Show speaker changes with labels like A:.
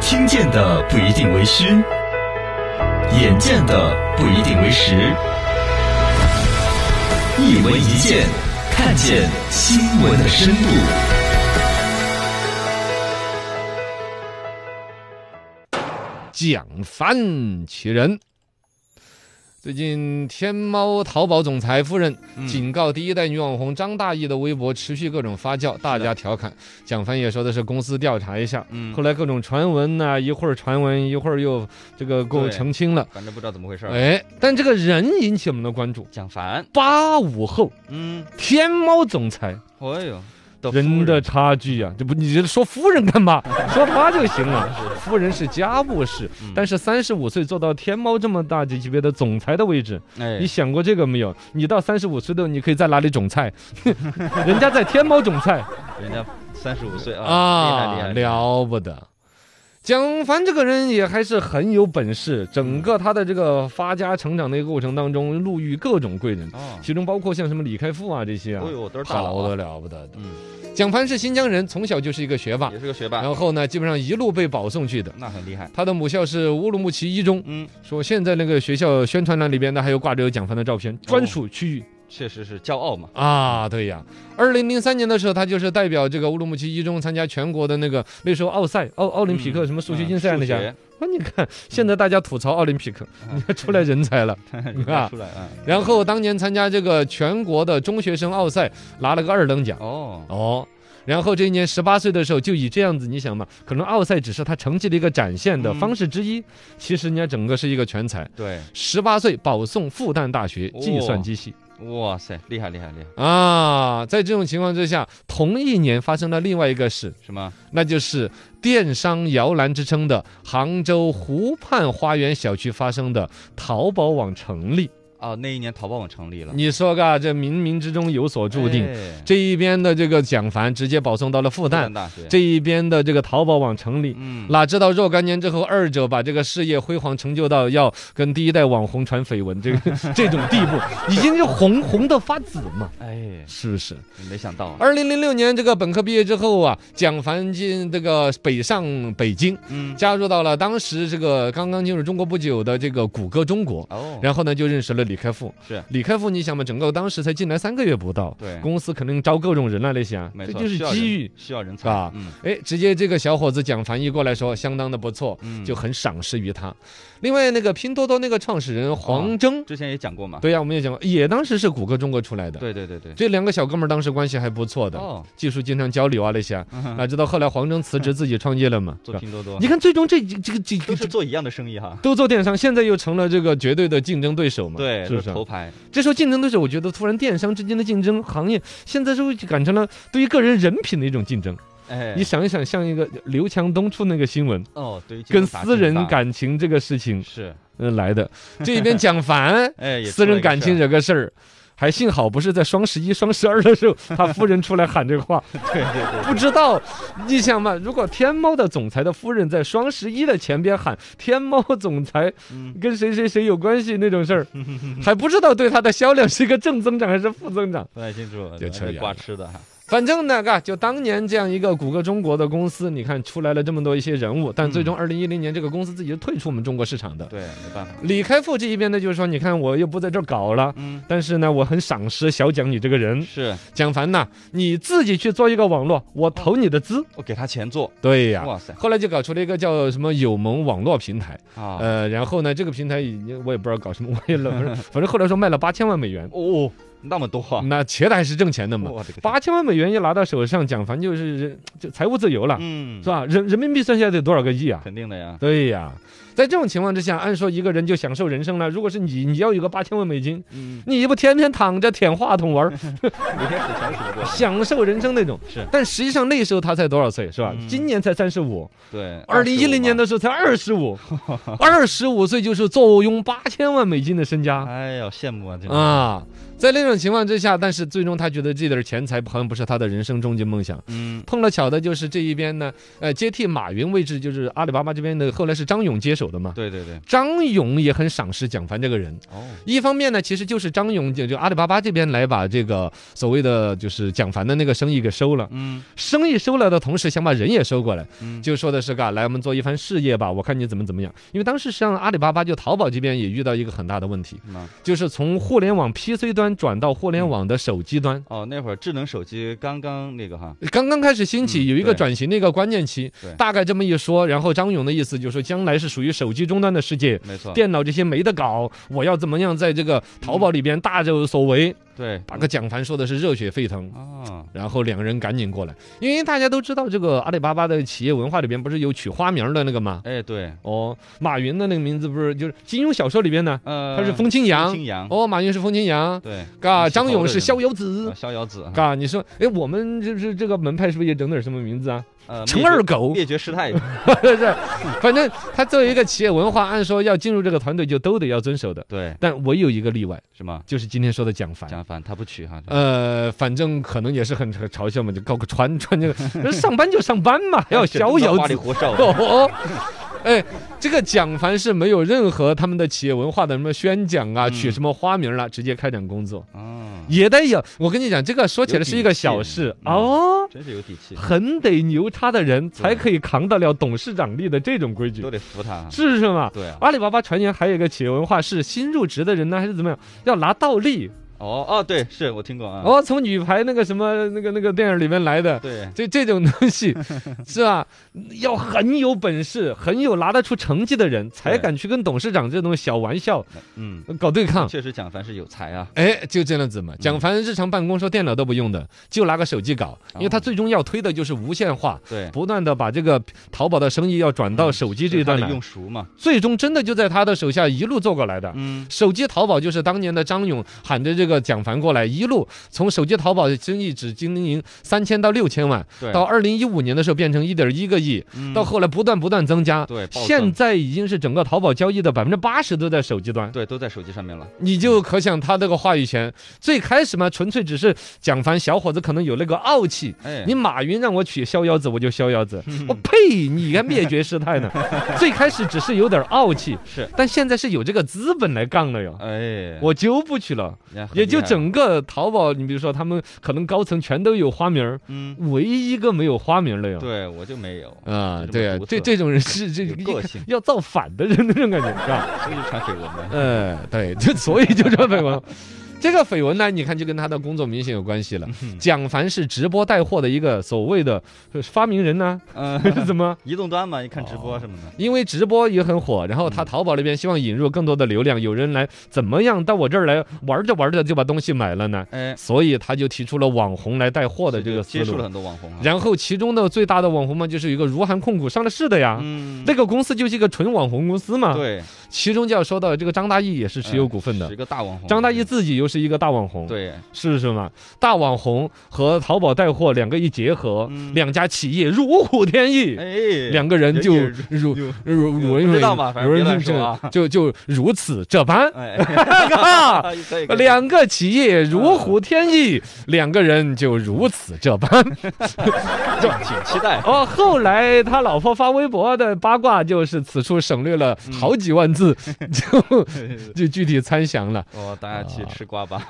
A: 听见的不一定为虚，眼见的不一定为实。一文一见，看见新闻的深度。
B: 蒋凡其人。最近，天猫淘宝总裁夫人警告第一代女网红张大奕的微博持续各种发酵，大家调侃。蒋凡也说的是公司调查一下，
C: 嗯
B: 后来各种传闻呐、一会儿传闻，一会儿又这个够
C: 对
B: 澄清了。
C: 反正不知道怎么回事儿。
B: 哎，但这个人引起我们的关注。
C: 蒋凡，
B: 八五后
C: 嗯，
B: 天猫总裁，
C: 哎呦，
B: 人的差距啊，这不你这说夫人干嘛？说她就行了。夫人是家务事，
C: 嗯
B: 但是三十五岁做到天猫这么大级别的总裁的位置，
C: 哎
B: 你，想过这个没有？你到三十五岁的，你可以在哪里种菜？ 人家在天猫种菜
C: 人家三十五岁啊，厉害
B: 啊，
C: 厉害，
B: 了不得！蒋凡这个人也还是很有本事，整个他的这个发家成长的一个过程当中，路遇各种贵人，
C: 哦，
B: 其中包括像什么李开复啊这些啊
C: 哎，呦，都是大佬
B: 好
C: 啊
B: 的，了不得的。
C: 嗯，
B: 蒋凡是新疆人，从小就是一个学霸，
C: 也是个学霸，
B: 然后呢，基本上一路被保送去的。
C: 那很厉害，
B: 他的母校是乌鲁木齐一中，
C: 嗯，
B: 说现在那个学校宣传栏里边呢还有挂着有蒋凡的照
C: 哦
B: 片，专属区域。
C: 确实是骄傲嘛，
B: 啊，对呀，二零零三年的时候，他就是代表这个乌鲁木齐一中参加全国的那个那时候奥赛奥奥林匹克
C: 嗯
B: 什么数学
C: 嗯
B: 竞赛那
C: 数
B: 些。
C: 学
B: 啊，
C: 嗯
B: 你看现在大家吐槽奥林匹克，你看出来人 才了。
C: 人家出来啊，
B: 然后当年参加这个全国的中学生奥赛，拿了个二等奖
C: 哦，
B: 哦。然后这一年十八岁的时候，就以这样子，你想嘛，可能奥赛只是他成绩的一个展现的
C: 嗯
B: 方式之一，其实人家整个是一个全才。
C: 对，
B: 十八岁保送复旦大学计算机系。
C: 哇塞，厉害厉害厉害，
B: 啊，在这种情况之下，同一年发生了另外一个事，
C: 什么？
B: 那就是电商摇篮之称的杭州湖畔花园小区发生的淘宝网成立。
C: 哦，那一年淘宝网成立了，
B: 你说嘎，这冥冥之中有所注定。
C: 哎
B: 这一边的这个蒋凡直接保送到了复
C: 复
B: 旦，
C: 旦大学，
B: 这一边的这个淘宝网成立。
C: 嗯，
B: 哪知道若干年之后，二者把这个事业辉煌成就到要跟第一代网红传绯闻这个这种地步，已经是红红的发紫嘛，
C: 哎，
B: 是不是？
C: 没想到啊，
B: 二零零六年这个本科毕业之后啊，蒋凡进这个北上北京，
C: 嗯，
B: 加入到了当时这个刚刚进入中国不久的这个谷歌中国。
C: 哦，
B: 然后呢，就认识了李开复。
C: 是
B: 李开复，你想嘛，整个当时才进来三个月不到，
C: 对，
B: 公司肯定招各种人了那些啊，
C: 没
B: 这
C: 错，
B: 就是
C: 需要
B: 机
C: 人
B: 遇。
C: 需要人才
B: 啊
C: 嗯
B: 哎，直接这个小伙子蒋凡一过来说，相当的不错，
C: 嗯，
B: 就很赏识于他。另外，那个拼多多那个创始人黄峥，
C: 之前也讲过嘛，
B: 对呀、我们也讲过，也当时是谷歌中国出来的。
C: 对对对对，
B: 这两个小哥们儿当时关系还不错的。
C: 哦，嗯
B: 技术经常交流啊那些啊，哪知道后来黄峥辞职自己创业了嘛？
C: 做拼多多，
B: 你看，最终这这个这
C: 都
B: 个
C: 是做一样的生意哈。
B: 都做电商，现在又成了这个绝对的竞争对手嘛？
C: 对，
B: 是
C: 都
B: 不
C: 是
B: 是啊？
C: 头牌，
B: 这时候竞争对手，我觉得突然电商之间的竞争，行业现在就赶成了对于个人人品的一种竞争。
C: 哎，
B: 你想一想，像一个刘强东出那个新闻，
C: 哦，对于竞
B: 跟
C: 争打击
B: 私人
C: 很大
B: 感情这个事情
C: 是，
B: 呃来 的，这一边蒋凡
C: 哎， 也
B: 私
C: 出了
B: 人
C: 一个
B: 感
C: 事
B: 情
C: 儿
B: 惹个事儿。还幸好不是在双十一、双十二的时候，他夫人出来喊这个话，
C: 对对
B: 不知道，你想嘛？如果天猫的总裁的夫人在双十一的前边喊“天猫总裁
C: 嗯
B: 跟谁谁谁有关系”那种 事儿，还不知道对它的销量是一个正增长还是负增长。
C: 不太清楚，
B: 就扯
C: 这
B: 远
C: 瓜
B: 了
C: 吃的哈，
B: 反正那个就当年这样一个谷歌中国的公司，你看出来了这么多一些人物，但最
C: 嗯
B: 终二零一零年这个公司自己就退出我们中国市场的。
C: 对，没办法，
B: 李开复这一边呢，就是说，你看我又不在这儿搞了。
C: 嗯，
B: 但是呢，我很赏识小蒋你这个人，
C: 是
B: 蒋凡呐，你自己去做一个网络，我投你的资。
C: 我给他钱做，
B: 对呀、
C: 哇塞
B: 后来就搞出了一个叫什么友盟网络平台，
C: 啊，
B: 呃，然后呢，这个平台已经我也不知道搞什么，我也冷，反正反正后来说卖了八千万美元，
C: 哦，那么多啊，
B: 那钱还是挣钱的嘛，
C: 我的个天，
B: 嗯八啊千万美元一拿到手上，蒋凡就是人就财务自由了，
C: 嗯
B: 是，吧？人人民币算下来得多少个亿啊？
C: 肯定的呀，
B: 对呀，在这种情况之下，按说一个人就享受人生了。如果是你，你要有个八千万美金，
C: 嗯，
B: 你不天天躺着舔话筒 玩儿，嗯
C: 每天数钱数不过，
B: 享受人生那种？
C: 是
B: 但实际上那时候他才多少岁，是吧？
C: 嗯
B: 今年才三十五，
C: 对，
B: 二零一零年
C: 的，
B: 的时候才二十 五，二十五岁就是坐拥八千万美金的身家
C: 哎呦，羡慕啊，这个，
B: 啊！在那种情况之下，但是最终他觉得这点钱财好像不是他的人生终极梦想。
C: 嗯
B: 碰了巧的就是这一边呢，呃，接替马云位置就是阿里巴巴这边的，后来是张勇接手的嘛。
C: 对对对，
B: 张勇也很赏识蒋凡这个人，
C: 哦，
B: 一方面呢，其实就是张勇就就阿里巴巴这边来把这个所谓的就是蒋凡的那个生意给收了，
C: 嗯
B: 生意收了的同时，想把人也收过来，
C: 嗯，
B: 就说的是嘎，啊来我们做一番事业吧，我看你怎么怎么样。因为当时实际上阿里巴巴就淘宝这边也遇到一个很大的问题，
C: 那
B: 就是从互联网 PC 端转到互联网的手机端。
C: 哦，那会儿智能手机刚刚那个哈，
B: 刚刚开始兴起，
C: 嗯
B: 有一个
C: 对
B: 转型的一个关键期
C: 对，
B: 大概这么一说，然后张勇的意思就是说，将来是属于手机终端的世界，
C: 没错，
B: 电脑这些没得搞，我要怎么样在这个淘宝里边大有所为？
C: 对，
B: 把个蒋凡说的是热血沸腾。
C: 嗯啊，
B: 然后两个人赶紧过来，因为大家都知道这个阿里巴巴的企业文化里边不是有取花名儿的那个吗？
C: 哎对，
B: 哦，马云的那个名字不是就是金庸小说里边呢，
C: 呃，
B: 他是风清扬，
C: 清扬，
B: 哦，马云是风清扬，
C: 对，
B: 嘎，
C: 是头
B: 张勇
C: 的
B: 是
C: 人
B: 逍遥
C: 啊
B: 子，
C: 逍遥子，
B: 嘎，你说，哎，我们就是这个门派是不是也整点什么名字啊？
C: 呃，
B: 成
C: 灭绝
B: 二狗，
C: 灭绝 师太，
B: 是，反正他作为一个企业文化，按说要进入这个团队就都得要遵守的。
C: 对，
B: 但我有一个例外，
C: 是吗？
B: 就是今天说的蒋凡。
C: 蒋凡他不娶哈，
B: 呃，反正可能也是很很嘲笑嘛，就搞个穿穿这个，上班就上班嘛，还要逍遥
C: 花里
B: 子。
C: 胡哨，啊
B: 哦，哎，这个蒋凡是没有任何他们的企业文化的什么宣讲啊，
C: 嗯
B: 取什么花名啦，直接开展工作，
C: 啊，
B: 也得有。我跟你讲，这个说起来是一个小事
C: 有底气嗯
B: 哦，
C: 真是有底气，
B: 很得牛叉的人才可以扛得了董事长力的这种规矩
C: 都，得服他，
B: 是不是嘛？
C: 对啊，
B: 阿里巴巴传言还有一个企业文化是新入职的人呢，还是怎么样，要拿倒立，
C: 哦哦，对，是我听过啊，
B: 哦，从女排那个什么那个那个电影里面来 的。
C: 对，
B: 这这种东 西是吧？要很有本事、很有拿得出成绩的人，才
C: 对
B: 敢去跟董事长这种小玩笑
C: 嗯，
B: 搞对抗。
C: 确实蒋凡是有才啊，
B: 哎，就这样子嘛。蒋凡日常办公说电脑都不用的，就拿个手机搞，
C: 嗯
B: 因为他最终要推的就是无线化，
C: 对，
B: 不断的把这个淘宝的生意要转到手机这一
C: 嗯是他
B: 端
C: 的
B: 来，
C: 用熟嘛，
B: 最终真的就在他的手下一路做过来的。
C: 嗯，
B: 手机淘宝就是当年的张勇喊着这个蒋凡过来，一路从手机淘宝的生意只经营三千到六千万，
C: 对，
B: 到二零一五年的时候变成一点一个亿，
C: 嗯
B: 到后来不断不断增加。
C: 对，暴增
B: 现在已经是整个淘宝交易的百分之八十都在手机端，
C: 对都在手机上面了，
B: 你就可想他这个话语权。最开始嘛，纯粹只是蒋凡小伙子可能有那个傲气，
C: 哎，
B: 你马云让我娶逍遥子，我就逍遥 子，我呸，你还灭绝师太呢。最开始只是有点傲气，
C: 是，
B: 但现在是有这个资本来杠了哟，
C: 哎，
B: 我就不娶了。
C: 人家很
B: 也就
C: 厉害，
B: 整个淘宝，你比如说他们可能高层全都有花名儿，
C: 嗯，
B: 唯一一个没有花名儿的哟。
C: 对我就没有，
B: 啊，
C: 就这么
B: 对啊
C: 独，
B: 这
C: 特
B: 这种人是这
C: 有个性
B: 要造反的人的那种感觉，是 吧？
C: 所以就传绯闻呗，
B: 嗯，对，就所以就这绯闻。这个绯闻呢，你看就跟他的工作明显有关系了。蒋凡是直播带货的一个所谓的呃发明人呢、
C: 嗯，
B: 是 怎么？
C: 移动端嘛，你看直播什么的，
B: 因为直播也很火，然后他淘宝那边希望引入更多的流量，有人来怎么样到我这儿来玩着玩着就把东西买了呢？
C: 哎，
B: 所以他就提出了网红来带哦货的
C: 是
B: 这个
C: 就
B: 思
C: 接触了
B: 路。
C: 很多网红啊，
B: 然后其中的最大的网红嘛，就是有一个如涵控股上了市的呀。
C: 嗯，
B: 那个公司就是一个纯网红公司嘛。，
C: 对，
B: 其中就要说到这个张大奕也是持有股份的
C: 十。个大网红，
B: 张大奕自己又是一个大网红，，
C: 对，
B: 是什么？大网红和淘宝带货两个一结合，
C: 嗯
B: 两家企业如虎添翼，
C: 哎，
B: 两个人就如
C: 有
B: 如如
C: 不知道嘛反正
B: 如
C: 别乱说啊，
B: 就就就如此这般
C: 哎，
B: 啊
C: 可以可以，
B: 两个企业如虎添翼，两个人就如此这般。
C: 就挺期待，
B: 哦，后来他老婆发微博的八卦就是此处省略了好 几万字，就就具体参详了。
C: 哦，大家去吃瓜吧。